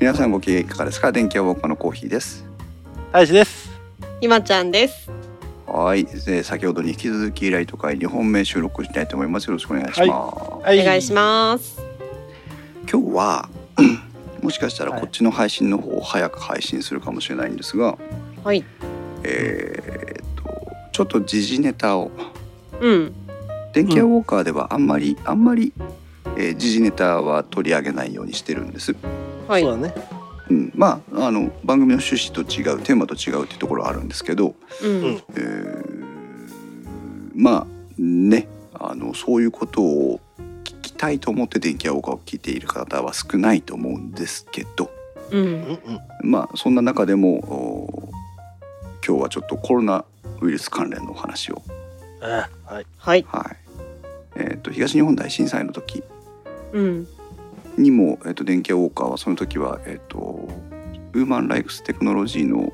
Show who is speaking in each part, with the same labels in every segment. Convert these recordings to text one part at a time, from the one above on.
Speaker 1: 皆さんご機嫌いかがですか電気屋ウォーカーのコーヒーです
Speaker 2: 大志です。
Speaker 3: 今ちゃんです。
Speaker 1: はい、えー先ほどに引き続きライト会2本目収録したいと思いますよろしくお願いします、
Speaker 2: は
Speaker 3: お願いします。
Speaker 1: 今日は もしかしたらこっちの配信の方を早く配信するかもしれないんですが、
Speaker 3: はい。
Speaker 1: えーっとちょっと時事ネタを
Speaker 3: うん。
Speaker 1: 電気屋ウォーカーではあんまり、あんまり、えー時事ネタは取り上げないようにしてるんです、
Speaker 3: はい。
Speaker 2: そううだね。
Speaker 1: うん、まああの番組の趣旨と違うテーマと違うっていうところはあるんですけど、
Speaker 3: ん。
Speaker 1: えーまあねあのそういうことを聞きたいと思って電気屋ウォーカーを聞いている方は少ないと思うんですけど
Speaker 3: う
Speaker 2: うん
Speaker 3: ん。
Speaker 2: うん。
Speaker 1: まあそんな中でもお今日はちょっとコロナウイルス関連のお話を
Speaker 2: ああはい。
Speaker 3: はい。
Speaker 1: はい。えっ、と東日本大震災の時
Speaker 3: うん。
Speaker 1: にもえっ、と電気屋ウォーカーはその時はえっ、とウーマンライクステクノロジーの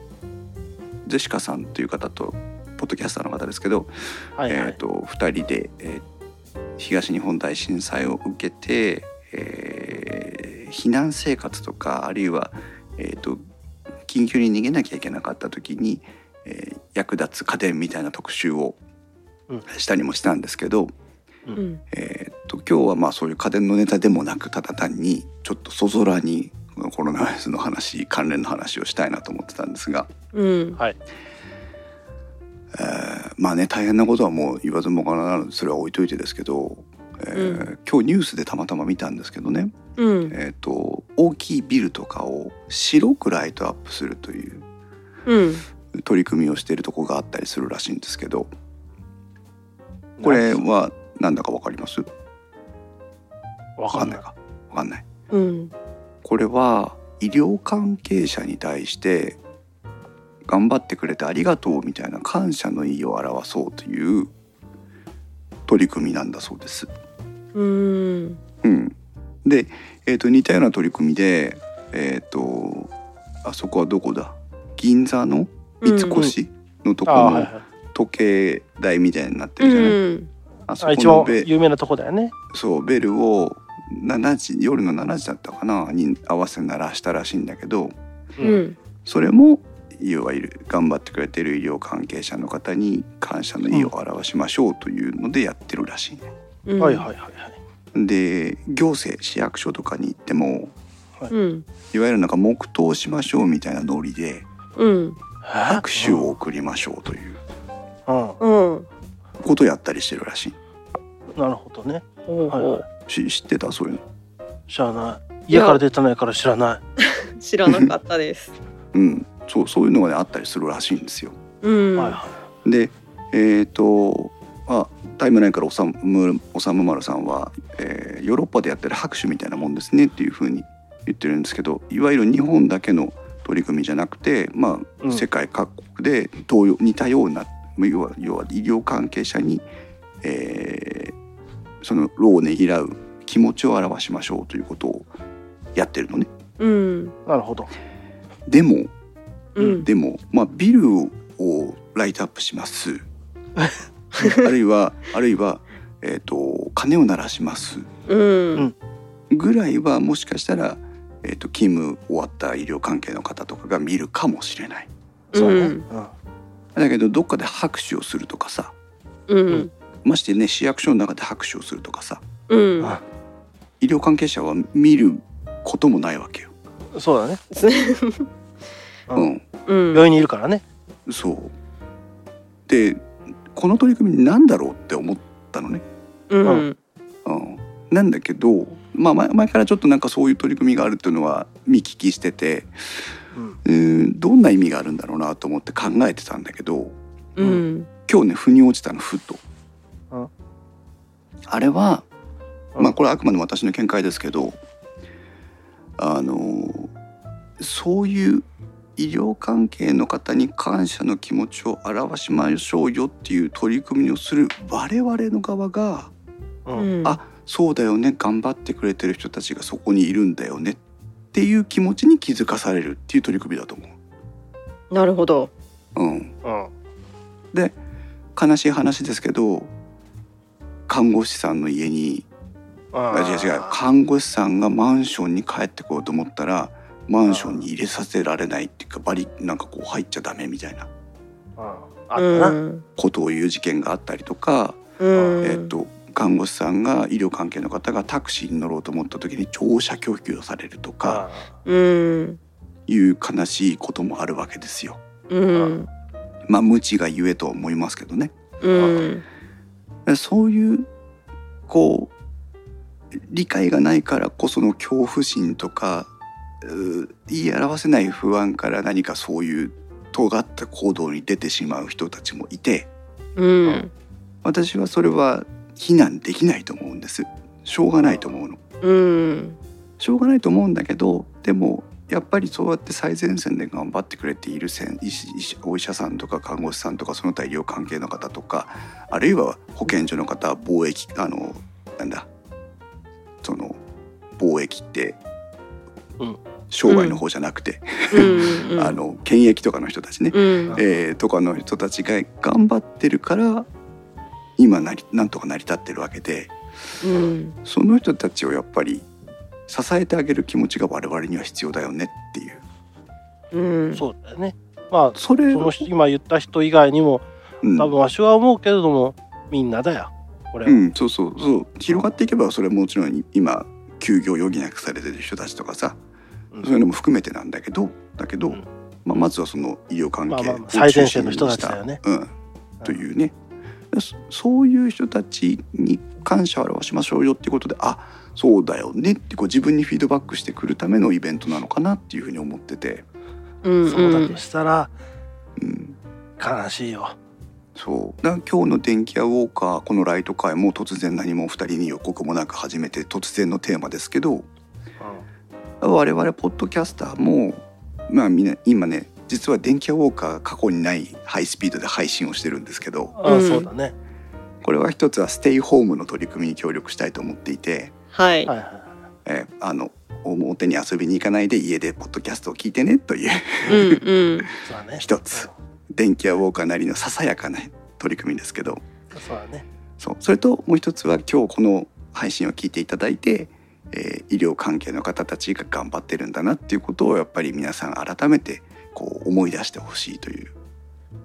Speaker 1: ジェシカさんという方とポッドキャスターの方ですけど、
Speaker 2: はいは
Speaker 1: えっ、
Speaker 2: い。
Speaker 1: と二人で、えー東日本大震災を受けて、えー避難生活とかあるいはえっ、と緊急に逃げなきゃいけなかった時に、えー役立つ家電みたいな特集を
Speaker 2: うん
Speaker 1: したりもしたんですけど、
Speaker 3: うん。
Speaker 1: えーっと今日はまあそういう家電のネタでもなくただ単にちょっとそぞらにコロナウイルスの話関連の話をしたいなと思ってたんですが、
Speaker 3: うん。
Speaker 2: はい。
Speaker 1: えーまあね大変なことはもう言わずもがならぬそれは置いといてですけど、えー
Speaker 3: う
Speaker 1: 今日ニュースでたまたま見たんですけどね、
Speaker 3: うん。
Speaker 1: えーっと大きいビルとかを白くライトアップするという
Speaker 3: うん。
Speaker 1: 取り組みをしているとこがあったりするらしいんですけどこれはなんだかわかりますわ
Speaker 2: わ
Speaker 1: か
Speaker 2: か
Speaker 1: ん
Speaker 2: ん
Speaker 1: な
Speaker 2: ないい。
Speaker 1: かわかんない
Speaker 3: うん。
Speaker 1: これは医療関係者に対して頑張ってくれてありがとうみたいな感謝の意を表そうという取り組みなんだそうです。
Speaker 3: うん。
Speaker 1: うん、で、えー、と似たような取り組みで、えー、とあそこはどこだ銀座の三越のとこ
Speaker 2: ああはい
Speaker 1: の
Speaker 2: は
Speaker 1: 時計台みたいになって
Speaker 3: う
Speaker 1: るじゃない、
Speaker 3: ん。
Speaker 1: あそ
Speaker 2: い。あ
Speaker 1: こ
Speaker 2: 一
Speaker 1: の
Speaker 2: 番
Speaker 1: ベ
Speaker 2: 有名なとこだよね。
Speaker 1: そうベルを7時夜の7時だったかなに合わせ鳴らしたらしいんだけど、
Speaker 3: うん。うん。
Speaker 1: それもいわゆる頑張ってくれてる医療関係者の方に感謝の意を表しましょうというのでやってるらしいね。
Speaker 3: うん。
Speaker 2: はいはいはいはい。
Speaker 1: で行政市役所とかに行っても
Speaker 3: うん。
Speaker 1: いわゆるなんか黙祷しましょうみたいなノリで
Speaker 3: うん。
Speaker 1: 拍手を。送りましょうという
Speaker 2: うん。
Speaker 3: うん。
Speaker 1: ことをやったりしてるらしい。
Speaker 2: なるほどね。
Speaker 3: ほう
Speaker 2: はい
Speaker 3: ほ
Speaker 2: は
Speaker 1: し知ってたそういうの。
Speaker 2: い。知らない。家から出てないから知らな
Speaker 3: う。知らなかったです。
Speaker 1: うん、そうそういうのがねあったりするらしいんですよ。
Speaker 3: う
Speaker 2: い。
Speaker 3: ん。
Speaker 2: はいは
Speaker 1: でえっ、とあタイムラインからおさむおさむまるさんは、えーヨーロッパでやってる拍手みたいなもんですねっていうふうに言ってるんですけどいわゆる日本だけの取り組みじゃなくて、まあ
Speaker 2: うん
Speaker 1: 世界各国で同様似たような要は要は医療関係者に、えーその労をねぎらう気持ちを表しましょうということをやってるのね。
Speaker 3: うん。
Speaker 2: い。なるほど。
Speaker 1: でも
Speaker 3: うん。
Speaker 1: でも、まあ、ビルをライトアップします。あるいは、あるいは、えっ、と、鐘を鳴らします。
Speaker 3: うん。
Speaker 1: ぐらいは、もしかしたら、えっ、と、勤務終わった医療関係の方とかが見るかもしれない。
Speaker 2: そうね。う
Speaker 3: う
Speaker 2: んん。
Speaker 1: だけど、どっかで拍手をするとかさ、
Speaker 3: うん。
Speaker 1: ましてね、市役所の中で拍手をするとかさ。
Speaker 3: うん。
Speaker 2: あ
Speaker 1: 医療関係者は見ることもないわけよ。
Speaker 2: そうだね。
Speaker 1: う
Speaker 2: うん。
Speaker 1: ん、
Speaker 3: うん。
Speaker 2: 病院にいるからね。
Speaker 1: そう。で、この取り組みなんだろうって思ったのね。
Speaker 3: うん。
Speaker 1: うん、なんだけど、まあ、前前からちょっとなんかそういう取り組みがあるっていうのは見聞きしてて
Speaker 2: うん。
Speaker 1: うーんどんな意味があるんだろうなと思って考えてたんだけど
Speaker 3: うん。
Speaker 1: 今日ね腑に落ちたのふと
Speaker 2: うん。
Speaker 1: あれは、
Speaker 2: うん
Speaker 1: まあ、これはあくまでも私の見解ですけどあのーそういう医療関係の方に感謝の気持ちを表しましょうよっていう取り組みをする我々の側が
Speaker 2: うん。
Speaker 1: あそうだよね頑張ってくれてる人たちがそこにいるんだよねっていう気持ちに気づかされるっていう取り組みだと思
Speaker 3: なるほど。
Speaker 1: う。うん、
Speaker 2: うん。
Speaker 1: 悲しい話ですけど看護師さんの家にあ違う違う看護師さんがマンションに帰ってこようと思ったらマンションに入れさせられないっていうかバリなんかこう入っちゃダメみたいな
Speaker 2: あ
Speaker 3: う
Speaker 2: ったな。
Speaker 3: ん
Speaker 1: ことを言う事件があったりとか、
Speaker 3: うん
Speaker 1: えっと看護師さんが医療関係の方がタクシーに乗ろうと思った時に乗車拒否をされるとか
Speaker 2: あ
Speaker 3: うん
Speaker 1: いう悲しいこともあるわけですよ。
Speaker 3: うん
Speaker 1: まあ無知がゆえとは思いますけどね。
Speaker 3: うん
Speaker 1: そういうこう理解がないからこその恐怖心とかう言い表せない不安から何かそういう尖った行動に出てしまう人たちもいて
Speaker 3: うん
Speaker 1: 私はそれは非難できないと思うんですしょうがないと思うの
Speaker 3: うん
Speaker 1: しょうがないと思うんだけどでもやっぱりそうやって最前線で頑張ってくれているせん医師医師お医者さんとか看護師さんとかその他医療関係の方とかあるいは保健所の方貿易あのなんだその貿易って、
Speaker 2: うん
Speaker 1: 商売の方じゃなくて、
Speaker 3: うんうん
Speaker 1: あの検疫とかの人たちね、
Speaker 3: うん
Speaker 1: えーとかの人たちが頑張ってるから今なりなんとか成り立ってるわけで
Speaker 3: うん
Speaker 1: その人たちをやっぱり支えてあげる気持ちが我々には必要だよねっていう
Speaker 3: うん
Speaker 2: そうだよね。まあ
Speaker 1: それ
Speaker 2: その人今言った人以外にも
Speaker 1: うん
Speaker 2: 多分わしは思うけれどもみんなだよ。これ
Speaker 1: う
Speaker 2: は。
Speaker 1: ん、そうそうそう広がっていけばそれはもちろん今休業を余儀なくされてる人たちとかさ
Speaker 2: うん
Speaker 1: そういうのも含めてなんだけどだけど、
Speaker 2: うん
Speaker 1: まあ、まずはその医療関
Speaker 2: まあ
Speaker 1: 係
Speaker 2: まあ
Speaker 1: を
Speaker 2: 最前線の人たちだよね
Speaker 1: 中心にしたうん、というねそそういう人たちに感謝を表しましょうよっていうことであそうだよねってこう自分にフィードバックしてくるためのイベントなのかなっていうふうに思ってて、
Speaker 3: うん
Speaker 2: そうだとしたら
Speaker 1: うん、
Speaker 2: 悲しいよ。
Speaker 1: そうだから今日の「電気屋ウォーカー」このライト会も突然何もお二人に予告もなく始めて突然のテーマですけど我々ポッドキャスターもまあみんな今ね実は「電気屋ウォーカー」が過去にないハイスピードで配信をしてるんですけど
Speaker 2: あ
Speaker 3: うん
Speaker 2: そうだね。
Speaker 1: これは一つはステイホームの取り組みに協力したいと思っていて、
Speaker 3: はい
Speaker 2: はいは
Speaker 1: えーあの表に遊びに行かないで家でポッドキャストを聞いてねという
Speaker 3: うん
Speaker 2: い。そうだね。
Speaker 1: 一つ電気屋ウォーカーなりのささやかな取り組みですけど
Speaker 2: うん。そうだね。
Speaker 1: そうそれともう一つは今日この配信を聞いていただいて、えー医療関係の方たちが頑張ってるんだなっていうことをやっぱり皆さん改めてこう思い出してほしいという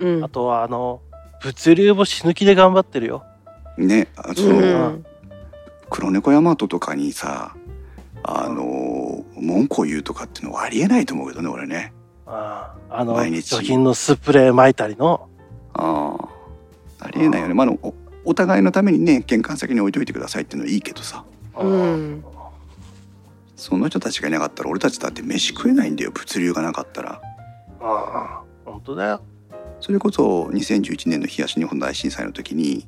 Speaker 3: うん
Speaker 2: あとはあの物流も死ぬ気で頑張ってるよ。
Speaker 1: ねあそうの
Speaker 3: ん
Speaker 1: 黒猫大和とかにさあのー文句を言うとかっていうのはありえないと思うけどね俺ね。
Speaker 2: あああの
Speaker 1: 毎日
Speaker 2: 除菌のスプレー撒いたりの。
Speaker 1: あーありえないよね。まあ、あのおお互いのためにね玄関先に置いといてくださいっていうのはいいけどさ
Speaker 3: うん
Speaker 1: その人たちがいなかったら俺たちだって飯食えないんだよ物流がなかったら。
Speaker 2: ああ本当だよ。
Speaker 1: それこそ2011年の東日本大震災の時に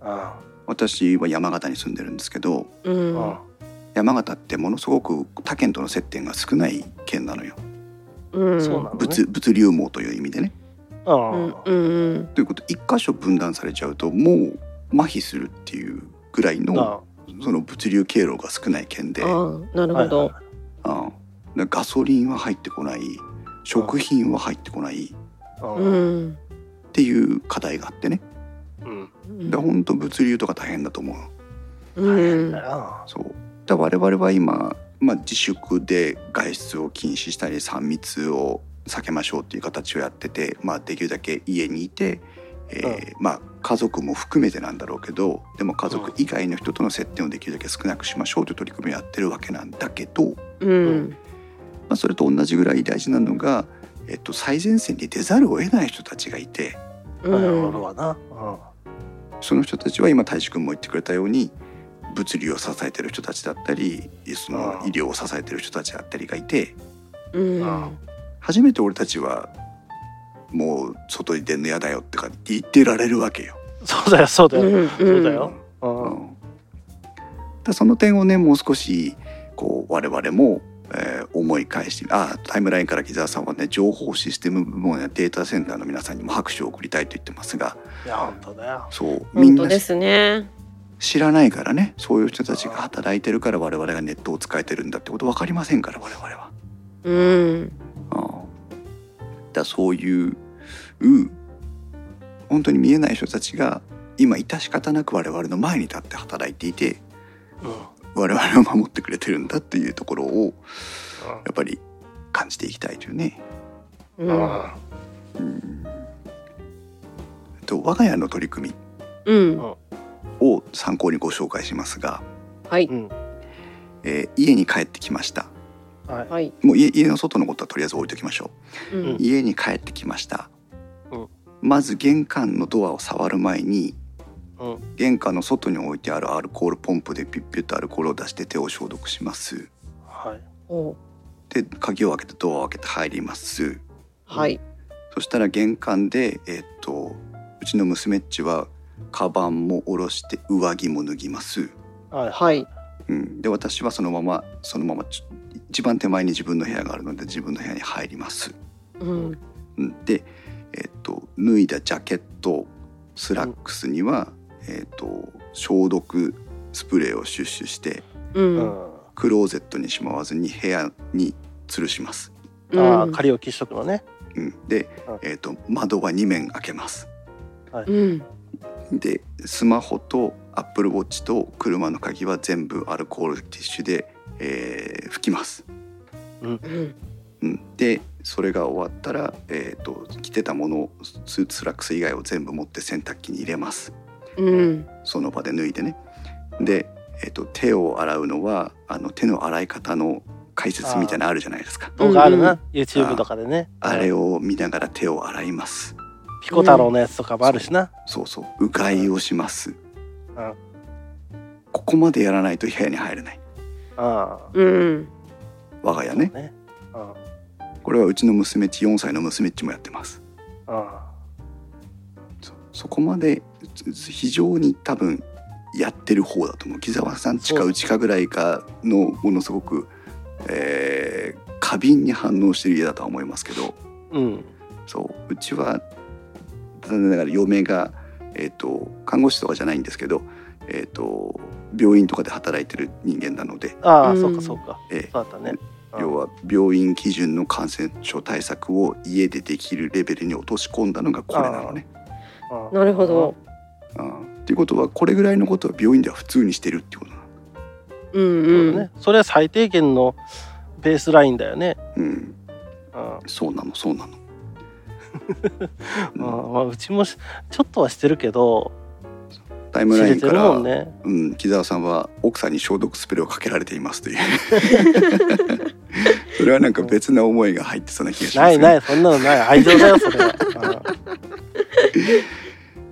Speaker 2: あ
Speaker 1: 私は山形に住んでるんですけど
Speaker 3: う
Speaker 2: あうんん
Speaker 1: 山形ってものすごく他県との接点が少ない県なのよ
Speaker 3: うん
Speaker 2: そうなのね。
Speaker 1: 物物流網という意味でね。
Speaker 2: うん
Speaker 3: うんうん
Speaker 1: ということ一箇所分断されちゃうともう麻痺するっていうぐらいの
Speaker 2: あ
Speaker 1: その物流経路が少ない県で、うん、
Speaker 3: ああなるほど
Speaker 1: だガソリンは入ってこない食品は入ってこない
Speaker 2: あ
Speaker 3: うん
Speaker 1: っていう課題があってね
Speaker 2: うん
Speaker 3: うん
Speaker 1: で本当物流とか大変だと思うの。
Speaker 3: うん
Speaker 2: あ
Speaker 1: そうだから我々は今、まあ、自粛で外出を禁止したり3密を避けましょうっていう形をやってて、まあ、できるだけ家にいて、えーまあ、家族も含めてなんだろうけどでも家族以外の人との接点をできるだけ少なくしましょうという取り組みをやってるわけなんだけど、ま
Speaker 3: うん
Speaker 1: あ、それと同じぐらい大事なのが、えっと、最前線に出ざるを得ない人たちがいて
Speaker 3: う
Speaker 2: なる
Speaker 3: ん
Speaker 2: ほどわな。うん
Speaker 1: その人たちは今大志くんも言ってくれたように物流を支えてる人たちだったりその医療を支えてる人たちだったりがいて。
Speaker 3: うん
Speaker 2: あ
Speaker 1: 初めて俺たちはもう外に出んの嫌だよってか言ってられるわけよ。
Speaker 2: そうだよそうだ
Speaker 3: う
Speaker 2: よ。
Speaker 3: ん
Speaker 2: そうだよ。う
Speaker 1: うん
Speaker 2: ん
Speaker 1: だその点をねもう少しこう我々も、えー思い返してあタイムラインから木澤さんはね情報システム部門やデータセンターの皆さんにも拍手を送りたいと言ってますが
Speaker 2: いや本当だよ。
Speaker 1: そうみ
Speaker 3: 本
Speaker 1: ん
Speaker 3: 当
Speaker 1: な
Speaker 3: ですね
Speaker 1: 知らないからねそういう人たちが働いてるから我々がネットを使えてるんだってこと分かりませんから我々は。
Speaker 3: うん
Speaker 1: ああだそういううん本当に見えない人たちが今致し方なく我々の前に立って働いていて
Speaker 2: うん
Speaker 1: 我々を守ってくれてるんだっていうところを
Speaker 2: う
Speaker 1: やっぱり感じていきたいというね。
Speaker 3: うん
Speaker 1: うんえっと我が家の取り組み
Speaker 3: うん
Speaker 1: を参考にご紹介しますが、
Speaker 3: はい
Speaker 2: うん
Speaker 1: えー家に帰ってきました
Speaker 2: はい
Speaker 3: はい
Speaker 1: もう家家の外のことはとりあえず置いときましょ
Speaker 3: う
Speaker 1: うん家に帰ってきました、
Speaker 2: うん
Speaker 1: まず玄関のドアを触る前に
Speaker 2: うん
Speaker 1: 玄関の外に置いてあるアルコールポンプでピュッピュッとアルコールを出して手を消毒します
Speaker 2: はい
Speaker 3: お
Speaker 1: で鍵を開けてドアを開けて入ります
Speaker 3: はい
Speaker 1: そしたら玄関でえーっとうちの娘っちはカバンも下ろして上着も脱ぎます、
Speaker 2: はい
Speaker 3: はい
Speaker 1: うん、で私はそのままそのままち一番手前に自分の部屋があるので自分の部屋に入ります、
Speaker 3: うん
Speaker 1: うん、で、えーっと脱いだジャケットスラックスには、えーっと消毒スプレーをシュッシュして
Speaker 3: う
Speaker 2: うんん
Speaker 1: クローゼットにしまわずに部屋に吊るします、
Speaker 2: あ
Speaker 3: う
Speaker 2: あ
Speaker 3: ん
Speaker 2: 仮置きしとくのね
Speaker 1: うん、で
Speaker 2: うん、
Speaker 1: えーっと窓は2面開けます
Speaker 3: うん
Speaker 1: でスマホとアップルウォッチと車の鍵は全部アルコールティッシュで、えー拭きます、
Speaker 3: うん
Speaker 1: うん、でそれが終わったら、えー、と着てたものをスーツスラックス以外を全部持って洗濯機に入れます
Speaker 3: うん
Speaker 1: その場で脱いでねで、えー、と手を洗うのはあの手の洗い方の解説みたいなのあるじゃないですか
Speaker 2: 動画ある
Speaker 3: うん
Speaker 2: な YouTube とかでね
Speaker 1: あれ
Speaker 2: を
Speaker 1: を見ながら手を洗います
Speaker 2: ピコ太郎のやつとかもあるしな
Speaker 1: そうそううがいをします
Speaker 2: うん
Speaker 1: ここまでやらないと部屋に入れない
Speaker 2: あ
Speaker 3: うん
Speaker 1: 我が
Speaker 2: あ
Speaker 1: 家ね
Speaker 2: ねうん
Speaker 1: これはうちの娘っち4歳の娘っちもやってます
Speaker 2: あ
Speaker 1: そそこまでつつ非常に多分やってる方だと思う木澤さんちか
Speaker 2: そう
Speaker 1: うちかぐらいかのものすごく、えー過敏に反応してる家だとは思いますけど
Speaker 2: うん
Speaker 1: そううちは残念ながら嫁が、えー、と看護師とかじゃないんですけど、えー、と病院とかで働いてる人間なので、
Speaker 2: ああ
Speaker 3: うん
Speaker 2: そうかそうか
Speaker 1: えー
Speaker 2: そうだったねうん
Speaker 1: 要は病院基準の感染症対策を家でできるレベルに落とし込んだのがこれなのね。
Speaker 2: うん
Speaker 3: なるほど
Speaker 1: うんっていうことはこれぐらいのことは病院では普通にしてるってことなの
Speaker 3: うん
Speaker 2: そう
Speaker 3: う
Speaker 2: だ
Speaker 3: ん
Speaker 2: ねそれは最低限のベースラインだよね
Speaker 1: うん
Speaker 2: うん
Speaker 1: そうなのそうなの
Speaker 2: う
Speaker 1: うん
Speaker 2: んまあうちもしちょっとはしてるけど
Speaker 1: タイム
Speaker 2: 知
Speaker 1: ライ
Speaker 2: れ
Speaker 1: ン
Speaker 2: て
Speaker 1: か
Speaker 2: る
Speaker 1: ら、
Speaker 2: もんね
Speaker 1: うん、木澤さんは奥さんに消毒スプレーをかけられていますという それはなんか別な思いが入ってそうな気がしま
Speaker 2: な
Speaker 1: す
Speaker 2: い
Speaker 1: が
Speaker 2: ないそんなのない愛情だよそれは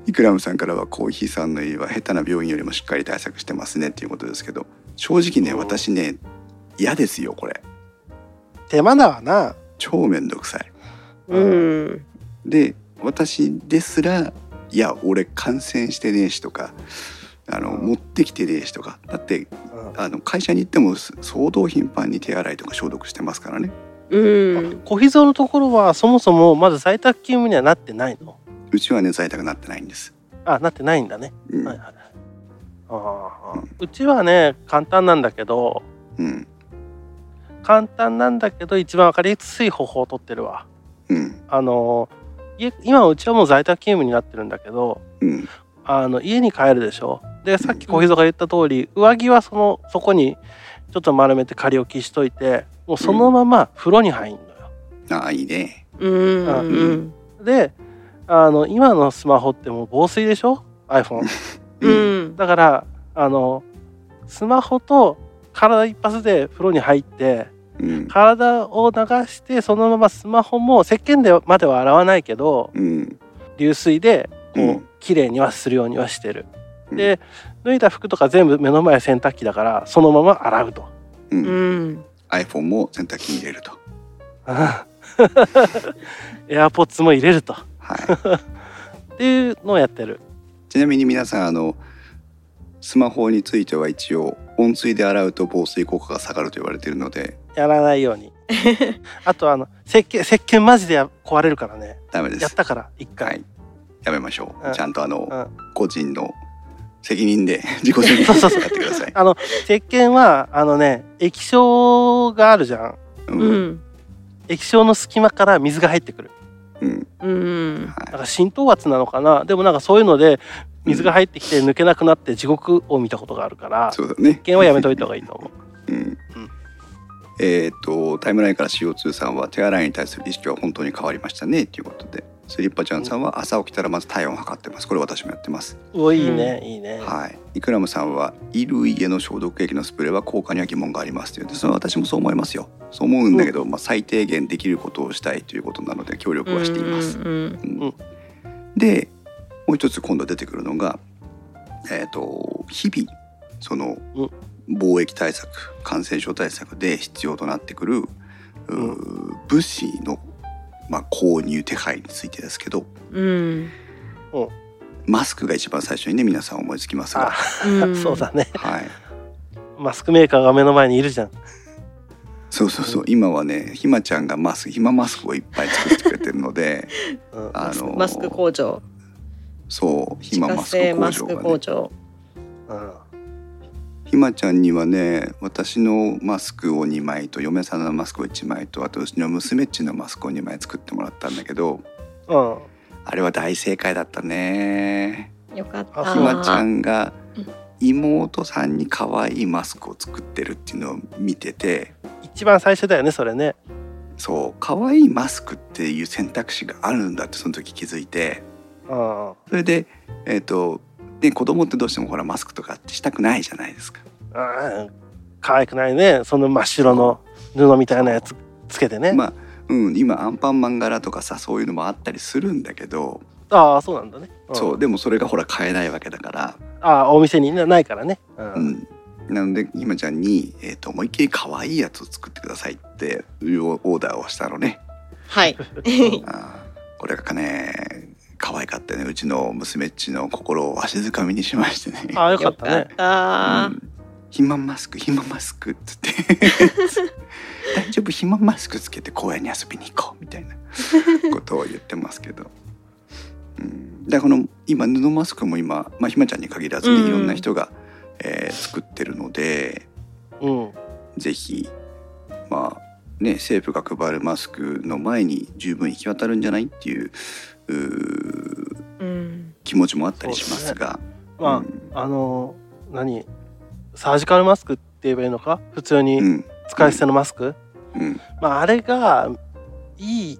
Speaker 1: イクラムさんからはコーヒーさんの家は下手な病院よりもしっかり対策してますねっていうことですけど正直ね
Speaker 2: うん
Speaker 1: 私ね嫌ですよこれ
Speaker 2: うん手間だわな
Speaker 1: 超めんどくさい
Speaker 3: うん
Speaker 1: で私ですらいや俺感染してねえしとかあの
Speaker 2: うん
Speaker 1: 持ってきてねえしとかだって
Speaker 2: うん
Speaker 1: あの会社に行ってもす相当頻繁に手洗いとか消毒してますからね
Speaker 3: うん
Speaker 2: 小秘蔵のところはそもそもまず在宅勤務にはなってないの
Speaker 1: うちはね在宅になってないんです、
Speaker 2: あなってないんだね、
Speaker 1: うん
Speaker 2: はいはいあ
Speaker 1: う
Speaker 2: あうちはね簡単なんだけど
Speaker 1: うん
Speaker 2: 簡単なんだけど一番わかりやすい方法を取ってるわ
Speaker 1: うん
Speaker 2: あの家今うちはもう在宅勤務になってるんだけど
Speaker 1: うん
Speaker 2: あの家に帰るでしょでさっき小日向が言った通り上着はそのそこにちょっと丸めて仮置きしといてもうそのまま風呂に入んのよ。
Speaker 1: ああいいね
Speaker 3: うん
Speaker 2: あ
Speaker 3: うん
Speaker 2: であの今のスマホってもう防水でしょ iPhone
Speaker 3: うん
Speaker 2: だからあのスマホと体一発で風呂に入って
Speaker 1: うん
Speaker 2: 体を流してそのままスマホも石鹸でまでは洗わないけど
Speaker 1: うん
Speaker 2: 流水でこう、
Speaker 1: うん
Speaker 2: 綺麗にはするようにはしてる。
Speaker 1: うん
Speaker 2: で脱いだ服とか全部目の前洗濯機だからそのまま洗うと。
Speaker 1: う
Speaker 3: うんん
Speaker 1: iPhone も洗濯機に入れると
Speaker 2: エアポッツも入れるとっ
Speaker 1: はい
Speaker 2: ていうのをやってる。
Speaker 1: ちなみに皆さんあのスマホについては一応温水で洗うと防水効果が下がると言われているので
Speaker 2: やらないように。あとあの石鹸石鹸マジでや壊れるからね。
Speaker 1: ダメで
Speaker 2: やっ
Speaker 1: す
Speaker 2: たから一
Speaker 1: は
Speaker 2: 回。
Speaker 1: いやめましょう、
Speaker 2: うん
Speaker 1: ちゃんとあの、
Speaker 2: うん
Speaker 1: 個人の責任で自己責任で
Speaker 2: そうそうそう
Speaker 1: やってください
Speaker 2: あの石鹸はあのね液晶があるじゃん
Speaker 1: うん
Speaker 3: う
Speaker 1: うん
Speaker 3: ん
Speaker 2: 液晶の隙間から水が入ってくる
Speaker 3: う
Speaker 2: だ
Speaker 3: ん
Speaker 1: は
Speaker 2: か
Speaker 1: い
Speaker 2: ら浸透圧なのかなでもなんかそういうので水が入ってきて抜けなくなって地獄を見たことがあるから、石
Speaker 1: そうだね
Speaker 2: 鹸はやめといた方がいいと思う
Speaker 1: うんえーっとタイムラインから CO2 さんは手洗いに対する意識は本当に変わりましたねということでスリッパちゃんさんは朝起きたらまず体温を測ってますこれ私もやってます
Speaker 2: うおいいね、いいね、
Speaker 1: はい、イクラムさんは衣類への消毒液のスプレーは効果には疑問がありますというそれは私もそう思いますよそう思うんだけど、まあ、最低限できることをしたいということなので協力はしています、
Speaker 3: うん
Speaker 1: うん
Speaker 2: うん
Speaker 1: でもう一つ今度出てくるのが、えー、と日々その
Speaker 2: うん
Speaker 1: 貿易対策感染症対策で必要となってくる、うー物資の、まあ、購入手配についてですけど
Speaker 3: うん
Speaker 1: マスクが一番最初にね皆さん思いつきますが
Speaker 2: あ、
Speaker 3: うん
Speaker 2: そうだね
Speaker 1: はい、
Speaker 2: マスクメーカーが目の前にいるじゃん
Speaker 1: そうそうそう、今はねひまちゃんがマスクひまマスクをいっぱい作ってくれてるので
Speaker 2: うん
Speaker 1: あの
Speaker 3: マスク工場
Speaker 1: そうひ
Speaker 3: 自
Speaker 1: ま
Speaker 3: 家
Speaker 1: マス
Speaker 3: 製
Speaker 1: ク工
Speaker 3: マス
Speaker 1: 場
Speaker 3: ク
Speaker 1: が
Speaker 3: 工
Speaker 1: ね
Speaker 3: 場
Speaker 2: うん
Speaker 1: ひまちゃんにはね私のマスクを2枚と嫁さんのマスクを1枚とあとうちの娘っちのマスクを2枚作ってもらったんだけど
Speaker 2: うん
Speaker 1: あれは大正解だったね
Speaker 3: よかった
Speaker 2: あー
Speaker 1: ひまちゃんが
Speaker 3: うん
Speaker 1: 妹さんに可愛いマスクを作ってるっていうのを見てて
Speaker 2: 一番最初だよねそれね
Speaker 1: そう可愛いマスクっていう選択肢があるんだってその時気づいて
Speaker 2: うん
Speaker 1: それでえっ、とで子供ってどうしてもほらマスクとかってしたくないじゃないですか。
Speaker 2: あー可愛くないねその真っ白の布みたいなやつつけてね、
Speaker 1: まあうん、今アンパンマン柄とかさそういうのもあったりするんだけど、
Speaker 2: ああそうなんだね、ん
Speaker 1: そうでもそれがほら買えないわけだから、
Speaker 2: ああお店にねないからねうん、
Speaker 1: うん、なのでひまちゃんに、えー、と思いっきり可愛いやつを作ってくださいっていうオーダーをしたのね
Speaker 3: はい
Speaker 1: あーこれがね可愛かったねうちの娘っちの心をわしづかみにしましてね
Speaker 2: ああよかったね
Speaker 3: た
Speaker 1: うん肥満マスク肥満マスクっつって 大丈夫肥満マスクつけて公園に遊びに行こうみたいなことを言ってますけど、うん、だからこの今布マスクも今、まあ、ひまちゃんに限らず
Speaker 3: うん
Speaker 1: にいろんな人が、えー作ってるので
Speaker 2: うん
Speaker 1: ぜひまあね政府が配るマスクの前に十分行き渡るんじゃないっていううー
Speaker 3: うん
Speaker 1: 気持ちもあったりしますが。
Speaker 2: まああのー何サージカルマスクって言えばいいのか普通
Speaker 1: う
Speaker 2: に
Speaker 1: ん
Speaker 2: 使い捨てのマスク、
Speaker 1: うんうん
Speaker 2: まああれがいい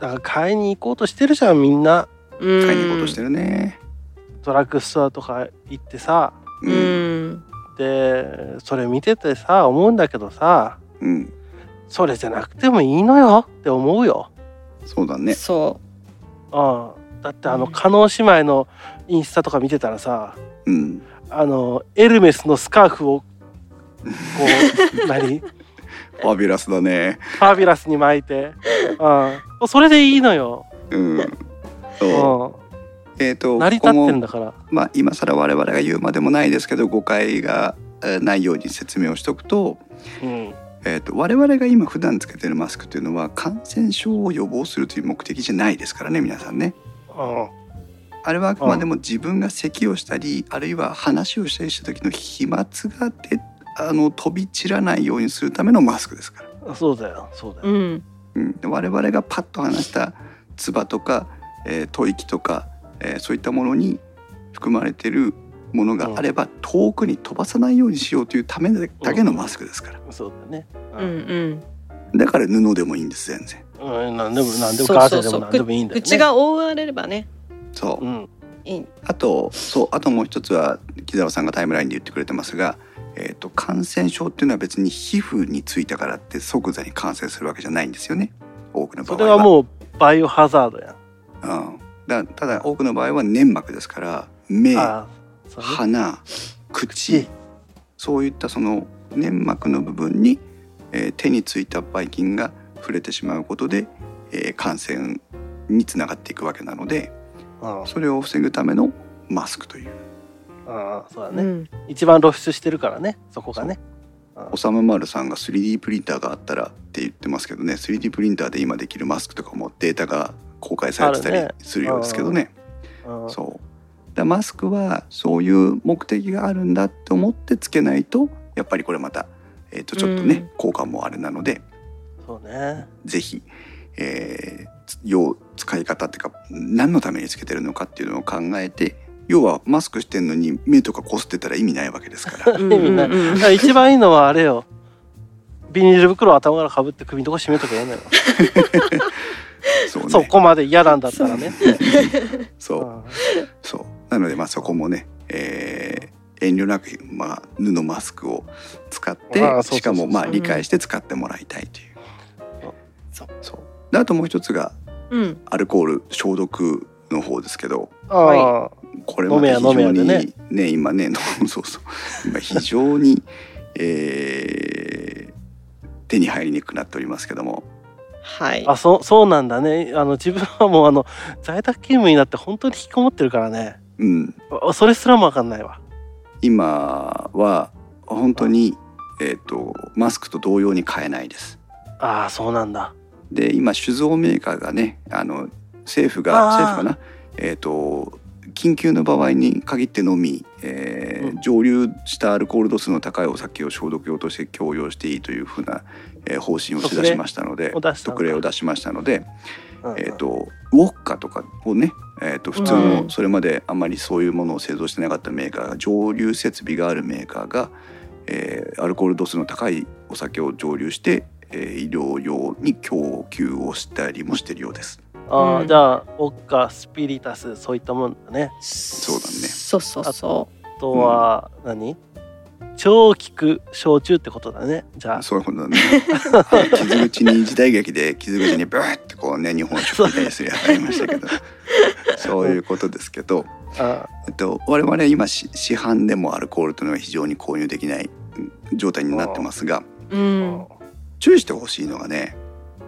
Speaker 2: だから買いに行こうとしてるじゃんみんな
Speaker 1: 買いに行こうとしてるね。
Speaker 2: ドラッグストアとか行ってさ
Speaker 3: う
Speaker 1: うん
Speaker 3: ん
Speaker 2: でそれ見ててさ思うんだけどさ
Speaker 1: うん、
Speaker 2: それじゃなくてもいいのよって思うよ。
Speaker 1: そうだね。
Speaker 3: そ
Speaker 2: うん、だってあの
Speaker 3: うん
Speaker 2: 加納姉妹のインスタとか見てたらさ
Speaker 1: うん、
Speaker 2: あのエルメスのスカーフをこ う何フ
Speaker 1: ファビュラスだね。
Speaker 2: ァビュラスに巻いて、うん、それでいいのよ、
Speaker 1: うん。
Speaker 2: う
Speaker 1: そう。
Speaker 2: ん、
Speaker 1: えっ、と、
Speaker 2: 成り立
Speaker 1: こ
Speaker 2: って
Speaker 1: こ
Speaker 2: るん
Speaker 1: も
Speaker 2: だから。
Speaker 1: まあ、今更我々が言うまでもないですけど、誤解がえーないように説明をしておくと。
Speaker 2: うん
Speaker 1: えっ、と、我々が今普段つけてるマスクというのは、感染症を予防するという目的じゃないですからね、皆さんね。
Speaker 2: うん
Speaker 1: あれはあくまでも自分が咳をしたり、あるいは話をしたりした時の飛沫が出。あの飛び散らないようにするためのマスクですから。
Speaker 2: そうだよそうだ
Speaker 3: う
Speaker 2: よ、
Speaker 3: うん
Speaker 1: うん、で我々がパッと話した唾とか、えー吐息とか、えーそういったものに含まれているものがあれば、遠くに飛ばさないようにしようというためだけのマスクですから、
Speaker 2: そうだね、
Speaker 3: うんうん
Speaker 1: だから布でもいいんです全然
Speaker 2: うんうん、何でも何でも
Speaker 3: そう
Speaker 2: ガー
Speaker 3: そ
Speaker 2: ゼ
Speaker 3: う
Speaker 2: で
Speaker 3: そう
Speaker 2: も何でもいいんだよね
Speaker 3: 口が覆われればね
Speaker 1: そう、
Speaker 2: うん
Speaker 3: いい
Speaker 1: あとそうあともう一つは木澤さんがタイムラインで言ってくれてますが、えー、と感染症っていうのは別に皮膚についたからって即座に感染するわけじゃないんですよね多くの場
Speaker 2: そ
Speaker 1: 合は
Speaker 2: れはもうバイオハザードやん
Speaker 1: うん、だただ多くの場合は粘膜ですから目
Speaker 2: ああそうね
Speaker 1: 鼻口そういったその粘膜の部分に、えー手についたばい菌が触れてしまうことで、えー感染につながっていくわけなので
Speaker 2: うん
Speaker 1: それを防ぐためのマスクという
Speaker 2: うんそうだ
Speaker 3: う
Speaker 2: ね、
Speaker 3: ん
Speaker 2: 一番露出してるからねそこがね
Speaker 1: おさむまるさんが 3D プリンターがあったらって言ってますけどね 3D プリンターで今できるマスクとかもデータが公開されてた
Speaker 2: あ
Speaker 1: り
Speaker 2: るね
Speaker 1: するようですけどね。
Speaker 2: うん
Speaker 1: そうだからマスクはそういう目的があるんだって思ってつけないとやっぱりこれまた、えー、とちょっとね、
Speaker 3: うん
Speaker 1: 効果もあれなので
Speaker 2: そうね
Speaker 1: ぜひ、えーつ用使い方っていうか何のためにつけてるのかっていうのを考えて要はマスクしてんの に目とかこすってたら意味ないわけですから
Speaker 3: うんうんうん
Speaker 2: 一番いいのはあれよビニール袋を頭からかぶって首のとこ締めとかやんのよ、
Speaker 1: そうね。
Speaker 2: そこまで嫌なんだったらね、
Speaker 1: そうう。
Speaker 2: ん
Speaker 1: そうなのでまあそこもね、えー遠慮なく、まあ、布マスクを使って
Speaker 2: あーそうそうそう
Speaker 1: しかもまあ
Speaker 3: うん
Speaker 1: 理解して使ってもらいたいという。
Speaker 2: そう
Speaker 1: そうであともう一つが
Speaker 3: うん。
Speaker 1: アルコール消毒の方ですけど
Speaker 2: ああ、
Speaker 1: これまた非
Speaker 2: 飲め
Speaker 1: 常
Speaker 2: や飲
Speaker 1: に
Speaker 2: めやで
Speaker 1: ね今ね そうそう今非常に、えー手に入りにくくなっておりますけども
Speaker 3: はい。
Speaker 2: あそうそうなんだねあの自分はもうあの在宅勤務になって本当に引きこもってるからね
Speaker 1: うん
Speaker 2: あそれすらも分かんないわ
Speaker 1: 今は本当に、えー、とマスクと同様に買えないです。
Speaker 2: ああそうなんだ
Speaker 1: で今酒造メーカーがねあの政府が
Speaker 2: あー
Speaker 1: 政府かなえっ、と緊急の場合に限ってのみ、えー
Speaker 2: うん
Speaker 1: 蒸留したアルコール度数の高いお酒を消毒用として供用していいというふうな、えー方針を打ち出しましたので
Speaker 2: 特例を出したのか
Speaker 1: 特例を出しましたので、
Speaker 2: うんうん
Speaker 1: えー、とウォッカとかをね、えー、と普通
Speaker 3: う
Speaker 1: の
Speaker 3: ん
Speaker 1: それまであんまりそういうものを製造してなかったメーカーが蒸留設備があるメーカーが、えーアルコール度数の高いお酒を蒸留して、えー医療用に供給をしたりもしてるようです。
Speaker 2: あー
Speaker 3: うん
Speaker 2: じゃあオッカスピリタスそういったもんだね
Speaker 3: そう
Speaker 1: だね
Speaker 3: そうそうそ
Speaker 2: あとは何、超効く焼酎ってことだねじゃあ
Speaker 1: そういうことだね。 はい傷口に時代劇で傷口にブーってこうね日本酒 みたいにするやつありましたけど、そういうことですけど、
Speaker 2: あ
Speaker 1: えっと我々今し市販でもアルコールというのは非常に購入できないうん状態になってますが、
Speaker 3: う。う。
Speaker 2: うん
Speaker 1: 注意してほしいのがね、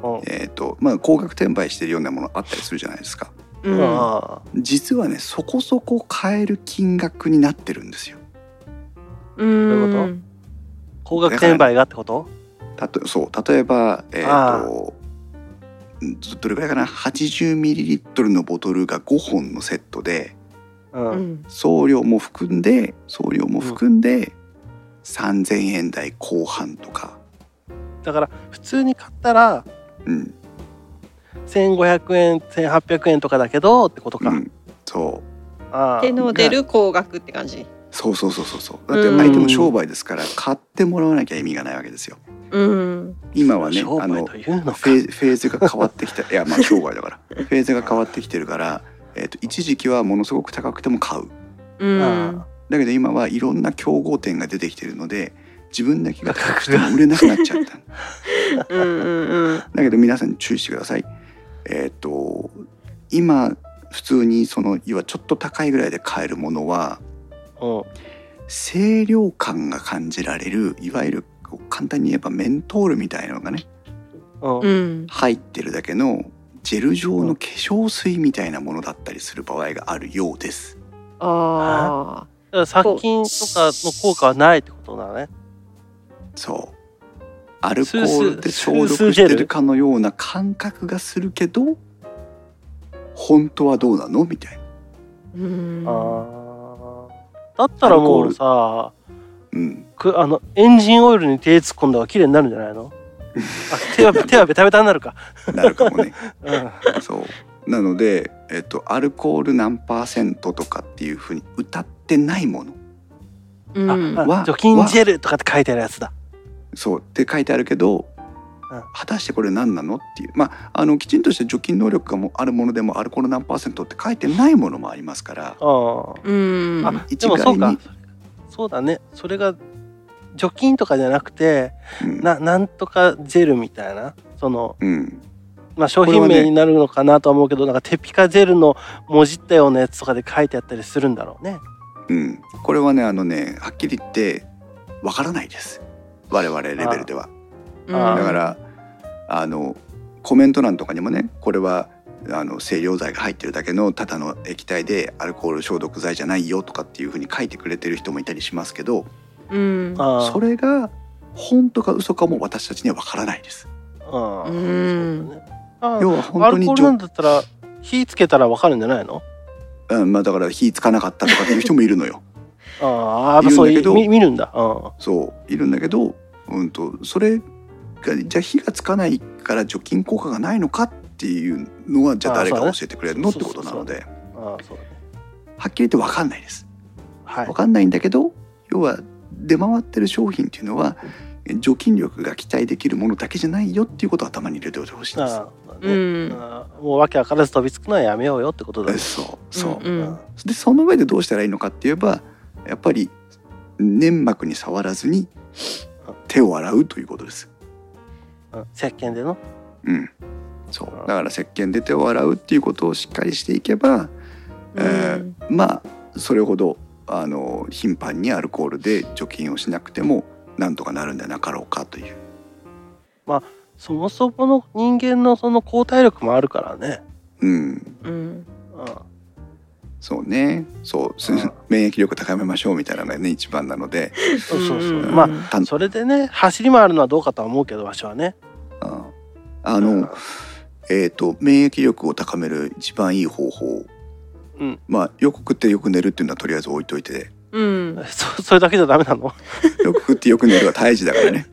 Speaker 2: うん
Speaker 1: えっとまあ高額転売してるようなものあったりするじゃないですか。
Speaker 3: うん。
Speaker 2: あ
Speaker 1: 実はねそこそこ買える金額になってるんですよ。
Speaker 3: う
Speaker 2: うい
Speaker 3: ん。
Speaker 2: ー高額転売がってこと
Speaker 1: たとそう例えばえっ、
Speaker 2: あ
Speaker 1: とうんどどれくらいかな 80ml のボトルが5本のセットで
Speaker 2: うん、
Speaker 3: うん。
Speaker 1: 送料も含んで送料も含んで、3,000円台後半とか、
Speaker 2: だから普通に買ったら
Speaker 1: うん
Speaker 2: 1500円1800円とかだけどってこと
Speaker 1: う
Speaker 2: か、
Speaker 1: ん、そう
Speaker 2: あ
Speaker 3: 手の出る高額って感じ。
Speaker 1: そうそうそうそうそうだって相手も商売ですから買ってもらわなきゃ意味がないわけですよ。
Speaker 3: うん。
Speaker 1: 今はね
Speaker 2: 商
Speaker 1: あの
Speaker 2: 売というのか
Speaker 1: フェーフェーズが変わってきたいやまあ商売だからフェーズが変わってきてるから、えー、と一時期はものすごく高くても買う
Speaker 3: うん。
Speaker 1: だけど今はいろんな競合店が出てきてるので自分だけが高くても売れなくなっちゃった
Speaker 3: うんうんうん。
Speaker 1: だけど皆さん注意してくださいえっ、と今普通にその要はちょっと高いぐらいで買えるものは
Speaker 2: うん
Speaker 1: 清涼感が感じられるいわゆるこう簡単に言えばメントールみたいなのがね
Speaker 2: うん
Speaker 3: うん。
Speaker 1: 入ってるだけのジェル状の化粧水みたいなものだったりする場合があるようです。
Speaker 3: ああ。
Speaker 2: だから殺菌とかの効果はないってことだね。
Speaker 1: そう。アルコールで消毒
Speaker 2: スースー
Speaker 1: して
Speaker 2: スージェ
Speaker 1: る
Speaker 2: ル
Speaker 1: かのような感覚がするけど、本当はどうなのみたいな。
Speaker 3: うん。
Speaker 2: あーだったらもうさ
Speaker 1: うん。
Speaker 2: くあのエンジンオイルに手突っ込んだら綺麗になるんじゃないのあ手は手はベタベタになるか。
Speaker 1: なるかもね。
Speaker 2: うん、
Speaker 1: そう。なので、えっと、アルコール何パーセントとかっていうふうに歌ってないもの。
Speaker 3: うん。
Speaker 2: あ
Speaker 1: は
Speaker 2: あ除菌ジェルとかって書いてあるやつだ。
Speaker 1: そうって書いてあるけど、
Speaker 2: うん
Speaker 1: 果たしてこれ何なのっていうまああのきちんとした除菌能力がもあるものでもアルコール何パーセントって書いてないものもありますから
Speaker 2: うん
Speaker 3: うん。
Speaker 2: あ
Speaker 1: 一
Speaker 2: でもそう
Speaker 1: 概
Speaker 2: か
Speaker 1: に
Speaker 2: そうだねそれが除菌とかじゃなくて
Speaker 1: うん
Speaker 2: ななんとかジェルみたいなその、
Speaker 1: うん
Speaker 2: まあ、商品
Speaker 1: これは
Speaker 2: 名
Speaker 1: ね
Speaker 2: になるのかなとは思うけど、なんかテピカジェルのもじったようなやつとかで書いてあったりするんだろうね。
Speaker 1: うん、これはねあのねはっきり言ってわからないです我々レベルでは
Speaker 2: あ
Speaker 1: だからあのコメント欄とかにもねこれはあの清涼剤が入ってるだけのただの液体でアルコール消毒剤じゃないよとかっていうふうに書いてくれてる人もいたりしますけど
Speaker 3: うん。
Speaker 2: あー
Speaker 1: それが本当か嘘かも私たちにはわからないです。
Speaker 2: ああ
Speaker 3: うん
Speaker 2: そうだねあ
Speaker 1: 要は本
Speaker 2: ア
Speaker 1: 当
Speaker 2: ル
Speaker 1: に
Speaker 2: コー
Speaker 1: じ
Speaker 2: ルなん
Speaker 1: ょ、
Speaker 2: だったら火つけたらわかるんじゃないの
Speaker 1: うんまあ、だから火つかなかったとかっていう人もいるの よ
Speaker 2: あああ
Speaker 1: いるんだ
Speaker 2: そう
Speaker 1: け
Speaker 2: い
Speaker 1: ど
Speaker 2: う見見るんだうん
Speaker 1: そういるんだけど、うん、とそれがじゃあ火がつかないから除菌効果がないのかっていうのはじゃあ
Speaker 2: ああ
Speaker 1: 誰が
Speaker 2: そ
Speaker 1: 教
Speaker 2: うだね
Speaker 1: えてくれるのってことなので
Speaker 2: ああそうだね
Speaker 1: はっきり言って分かんないです
Speaker 2: はい
Speaker 1: 分かんないんだけど要は出回ってる商品っていうのはえ除菌力が期待できるものだけじゃないよっていうことを頭に入れておいてほしいんです。
Speaker 2: ああ
Speaker 3: う
Speaker 2: ね
Speaker 3: ん
Speaker 2: ああもう訳分からず飛びつくのはやめようよってことだ
Speaker 1: え
Speaker 2: ね。
Speaker 1: そうそう、
Speaker 3: うんうん
Speaker 1: でその上でどうしたらいいのかって言えばやっぱり粘膜に触らずに手を洗うということです。
Speaker 2: うん石鹸での。
Speaker 1: うん、そうだから石鹸で手を洗うっていうことをしっかりしていけば、えーまあそれほどあの頻繁にアルコールで除菌をしなくてもなんとかなるんでなかろうかという。
Speaker 2: そもそもの人間のその抗体力もあるからね。
Speaker 1: うん
Speaker 3: うん
Speaker 2: う
Speaker 1: そうねそうす
Speaker 2: うん
Speaker 1: 免疫力高めましょうみたいなのがね一番なので、
Speaker 2: ん、そうそうそう。
Speaker 3: うん
Speaker 2: ま
Speaker 1: た
Speaker 2: あそれでね走り回るのはどうかとは思うけどわしはね。
Speaker 1: ああの、
Speaker 2: うん
Speaker 1: えー、と免疫力を高める一番いい方法、
Speaker 2: うん
Speaker 1: まあよく食ってよく寝るっていうのはとりあえず置いといて
Speaker 3: うん
Speaker 2: そそれだけじゃダメなの
Speaker 1: よく食ってよく寝るは大事だからね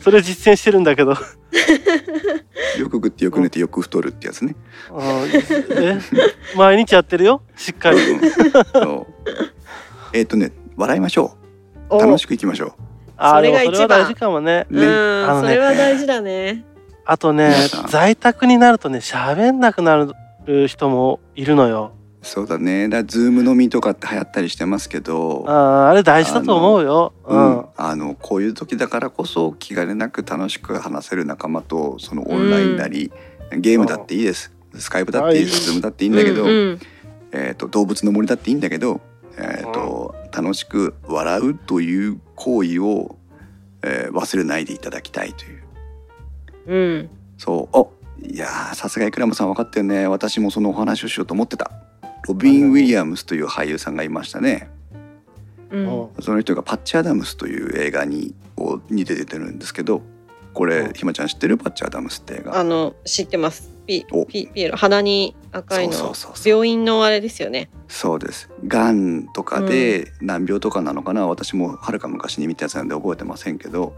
Speaker 2: それ実践してるんだけど、
Speaker 1: よく食ってよく寝てよく太るってやつね。
Speaker 2: うんえ毎日やってるよしっかり
Speaker 1: うんそうえっ、とね笑いましょう楽しくいきましょ
Speaker 2: あー
Speaker 3: それが
Speaker 2: でもそれは
Speaker 3: 一番
Speaker 2: 大事かもね
Speaker 1: う。ね、
Speaker 3: うん、
Speaker 2: のね
Speaker 3: それは大事だね。
Speaker 2: あとね
Speaker 1: 皆さん
Speaker 2: 在宅になるとね喋んなくなる人もいるのよ
Speaker 1: そうだねだズーム飲みとかって流行ったりしてますけど。
Speaker 2: あーあれ大事だと思うよう、
Speaker 1: うんん、あのこういう時だからこそ気兼ねなく楽しく話せる仲間とそのオンラインなり、ゲームだっていいですスカイプだっていいですズームだっていいんだけど、
Speaker 3: うんうん
Speaker 1: えー、と動物の森だっていいんだけど、えーと楽しく笑うという行為を、えー忘れないでいただきたいという
Speaker 3: うん、
Speaker 1: そうおいやーさすがイクラムさん分かったよね私もそのお話をしようと思ってたロビン・ウィリアムスという俳優さんがいましたね
Speaker 2: う
Speaker 3: うん
Speaker 2: ん
Speaker 1: その人が「パッチ・アダムス」という映画にをに出てるんですけどこれ、
Speaker 2: うん
Speaker 1: ひまちゃん知ってるパッチ・アダムスって映
Speaker 3: あ
Speaker 1: 画
Speaker 3: の知ってます。ピ
Speaker 1: お
Speaker 3: ピピエロ鼻に赤いの
Speaker 1: そうそうそうそう
Speaker 3: 病院のあれですよね。
Speaker 1: そうですがんとかで難病とかなのかな、私もはるか昔に見たやつなんで覚えてませんけど、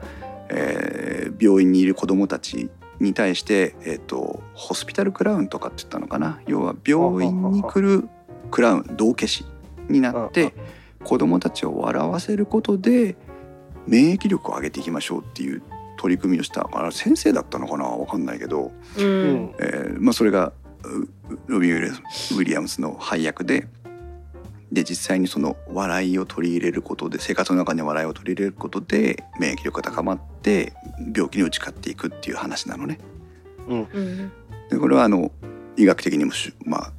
Speaker 1: えー病院にいる子どもたちに対して、えー、とホスピタルクラウンとかって言ったのかな要は病院に来るクラウン道化師になっ
Speaker 2: うん
Speaker 1: て子どもたちを笑わせることで免疫力を上げていきましょうっていう取り組みをしたあれ先生だったのかなわかんないけど、
Speaker 3: う
Speaker 2: うんん、
Speaker 1: えーまあ、それがうロビン・ウィリアムウィリアムスの配役でで実際にその笑いを取り入れることで生活の中に笑いを取り入れることで免疫力が高まって病気に打ち勝っていくっていう話なのね。
Speaker 3: うん
Speaker 1: でこれはあの医学的にもし、まあ、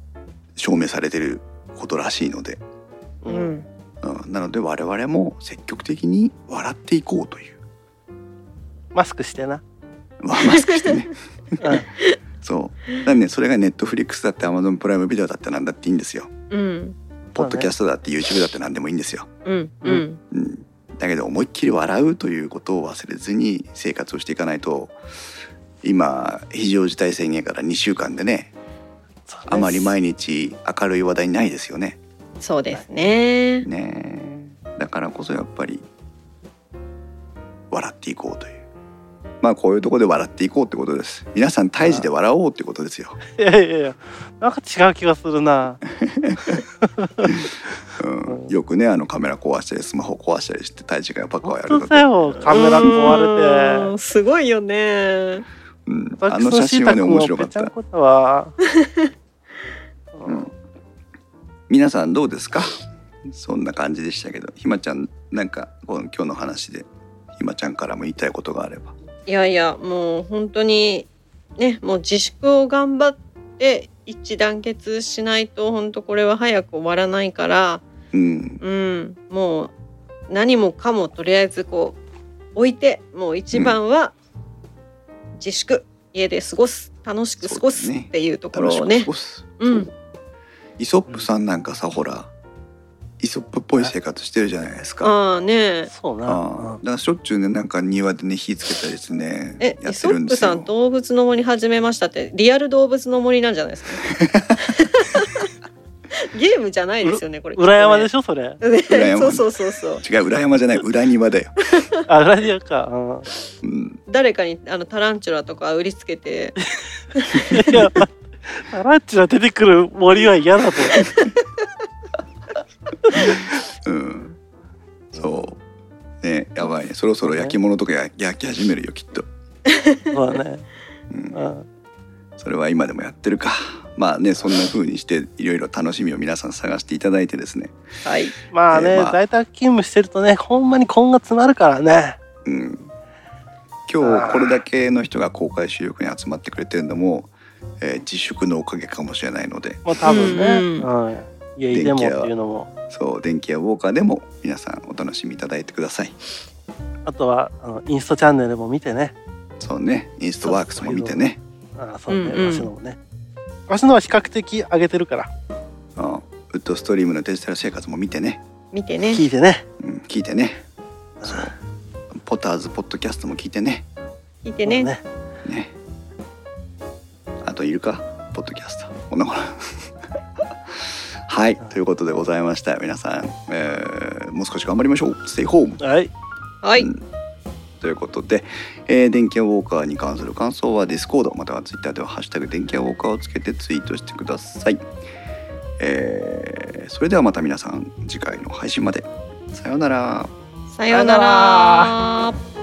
Speaker 1: 証明されてることらしいので、
Speaker 3: う
Speaker 2: うん
Speaker 3: ん
Speaker 1: うん、なので我々も積極的に笑っていこうという、
Speaker 2: マスクしてな、
Speaker 1: まあ、 マスクしてね
Speaker 2: うん
Speaker 1: そうだねそれがネットフリックスだってアマゾンプライムビデオだってなんだっていいんですよ。
Speaker 3: うん
Speaker 1: ポッドキャストだって YouTube だって何でもいいんですよ。
Speaker 3: うんうん
Speaker 1: うん、だけど思いっきり笑うということを忘れずに生活をしていかないと今非常事態宣言から2週間でね
Speaker 2: そうね
Speaker 1: あまり毎日明るい話題ないですよね。
Speaker 3: そうですね。
Speaker 1: ねえだからこそやっぱり笑っていこうという。まあこういうところで笑っていこうってことです。皆さん胎児で笑おうってことですよ。
Speaker 2: いやいやいやなんか違う気がするな
Speaker 1: うん、よくねあのカメラ壊したりスマホ壊したりして胎児がやっぱこう
Speaker 2: 本
Speaker 1: やる
Speaker 2: 当
Speaker 1: と
Speaker 2: だよカメラ壊
Speaker 3: う
Speaker 2: れ
Speaker 3: ん
Speaker 2: て
Speaker 3: すごいよね。
Speaker 1: うん、
Speaker 2: バッ
Speaker 1: あ
Speaker 2: クス
Speaker 1: の写真はね面白かっ
Speaker 2: シータ君もぺち
Speaker 1: た。
Speaker 2: ゃんこだ わう
Speaker 1: うんん、皆さんどうですかそんな感じでしたけどひまちゃんなんかこの今日の話でひまちゃんからも言いたいことがあれば
Speaker 3: いやいやもう本当にねもう自粛を頑張って一致団結しないと本当これは早く終わらないから。
Speaker 1: うん
Speaker 3: うん、もう何もかもとりあえずこう置いてもう一番は自粛、家で過ごす楽しく過ごす
Speaker 1: そうですね
Speaker 3: っていうところ
Speaker 1: 楽し
Speaker 3: を
Speaker 1: く過
Speaker 3: ね
Speaker 1: ごす、
Speaker 3: うん
Speaker 1: そうイソップさんなんかさほらイソップっぽい生活してるじゃないですか
Speaker 3: ああね
Speaker 2: そうな
Speaker 1: ああ
Speaker 2: うん
Speaker 1: だからしょっちゅうねなんか庭でね火つけたりしてね
Speaker 3: え
Speaker 1: や
Speaker 3: イ
Speaker 1: っ
Speaker 3: ソ
Speaker 1: てるん
Speaker 3: ッ
Speaker 1: で
Speaker 3: プ
Speaker 1: すよ
Speaker 3: さん動物の森始めましたってリアル動物の森なんじゃないですか、 ゲームじゃないですよねこれ
Speaker 2: 裏山でしょそれ
Speaker 3: ょ、ね、
Speaker 1: 裏山
Speaker 3: そうそうそうそう
Speaker 1: 違う裏山じゃない裏庭だよ、
Speaker 2: あ裏山か、うん
Speaker 1: うん、
Speaker 3: 誰かにあのタランチュラとか売りつけて
Speaker 2: いや、タランチュラ出てくる森は嫌だと。
Speaker 1: うん、そうねやばいねそろそろ焼き物とかや焼き始めるよきっと、
Speaker 2: そうだね。
Speaker 1: うん
Speaker 2: う、ん。
Speaker 1: それは今でもやってるかまあねそんな風にしていろいろ楽しみを皆さん探していただいてですね、
Speaker 3: はい。
Speaker 2: まあね、
Speaker 1: えーまあ
Speaker 2: 在宅勤務してるとね、ほんまに今が詰まるからね。
Speaker 1: うん、今日これだけの人が公開収録に集まってくれてるのも、えー自粛のおかげかもしれないので
Speaker 2: もう多分ね。
Speaker 3: うん
Speaker 2: うん。家いてもっていうのも。
Speaker 1: そう電気やウォーカーでも皆さんお楽しみいただいてください
Speaker 2: あとは、あのインスタチャンネルも見てね。
Speaker 1: そうねインストワークスも見てね
Speaker 2: あそうね、
Speaker 3: うんうん
Speaker 2: わしのもね。わしのは比較的上げてるから。
Speaker 1: うんウッドストリームのデジタル生活も見てね、
Speaker 3: 見てね。
Speaker 2: 聞いてね。
Speaker 1: うん、聞いてねポターズポッドキャストも聞いてね
Speaker 3: 聞いてね。
Speaker 2: ね
Speaker 1: ねあといるかポッドキャストこんなもん はいということでございました皆さん、えーもう少し頑張りましょう Stay home
Speaker 2: はい。
Speaker 3: はい。
Speaker 1: うんということで、えー電気屋ウォーカーに関する感想は Discord または Twitter では「ハッシュタグ電気屋ウォーカー」をつけてツイートしてください、えーそれではまた皆さん次回の配信までさようなら
Speaker 3: さような
Speaker 2: さような
Speaker 3: ら。